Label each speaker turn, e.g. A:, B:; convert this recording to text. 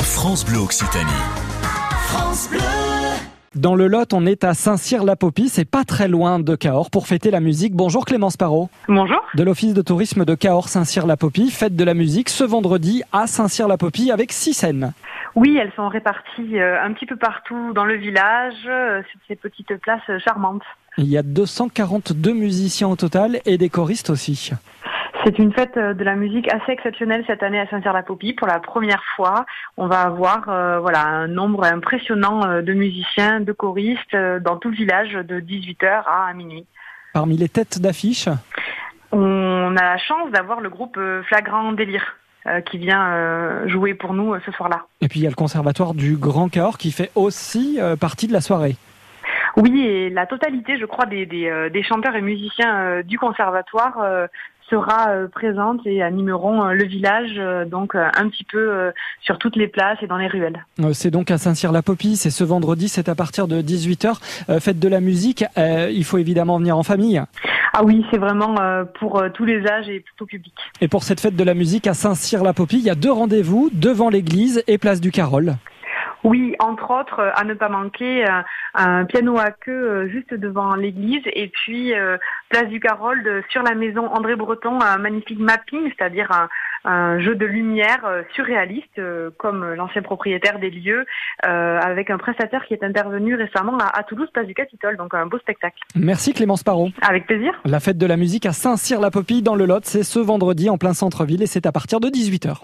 A: France Bleu Occitanie. France Bleu.
B: Dans le Lot, on est à Saint-Cyr-la-Popie, c'est pas très loin de Cahors, pour fêter la musique. Bonjour Clémence Parot.
C: Bonjour.
B: De l'Office de tourisme de Cahors-Saint-Cyr-la-Popie, fête de la musique ce vendredi à Saint-Cyr-la-Popie avec six scènes.
C: Oui, elles sont réparties euh, un petit peu partout dans le village, euh, sur ces petites places euh, charmantes.
B: Il y a 242 musiciens au total et des choristes aussi.
C: C'est une fête euh, de la musique assez exceptionnelle cette année à Saint-Cyr-la-Popie. Pour la première fois, on va avoir euh, voilà un nombre impressionnant euh, de musiciens, de choristes euh, dans tout le village de 18h à minuit.
B: Parmi les têtes d'affiche,
C: On a la chance d'avoir le groupe euh, Flagrant Délire euh, qui vient euh, jouer pour nous euh, ce soir-là.
B: et puis il y a le conservatoire du Grand Cahors qui fait aussi euh, partie de la soirée.
C: Oui, et la totalité, je crois, des, des, euh, des chanteurs et musiciens euh, du conservatoire euh, sera euh, présente et animeront euh, le village, euh, donc euh, un petit peu euh, sur toutes les places et dans les ruelles.
B: Euh, C'est donc à Saint-Cyr-la-Popie, c'est ce vendredi, c'est à partir de 18h. Euh, fête de la musique, euh, il faut évidemment venir en famille.
C: Ah oui, c'est vraiment euh, pour euh, tous les âges et pour tout public.
B: Et pour cette fête de la musique à Saint-Cyr-la-Popie, il y a deux rendez-vous devant l'église et place du Carole.
C: Oui, entre autres, euh, à ne pas manquer, euh, un piano à queue euh, juste devant l'église et puis euh, place du Carole de- sur la maison André Breton, un magnifique mapping, c'est-à-dire un, un jeu de lumière euh, surréaliste, euh, comme l'ancien propriétaire des lieux, euh, avec un prestataire qui est intervenu récemment à, à Toulouse, place du Capitole, donc un beau spectacle.
B: Merci Clémence Parot.
C: Avec plaisir.
B: La fête de la musique à Saint-Cyr-la-Popie dans le Lot, c'est ce vendredi en plein centre-ville et c'est à partir de 18h.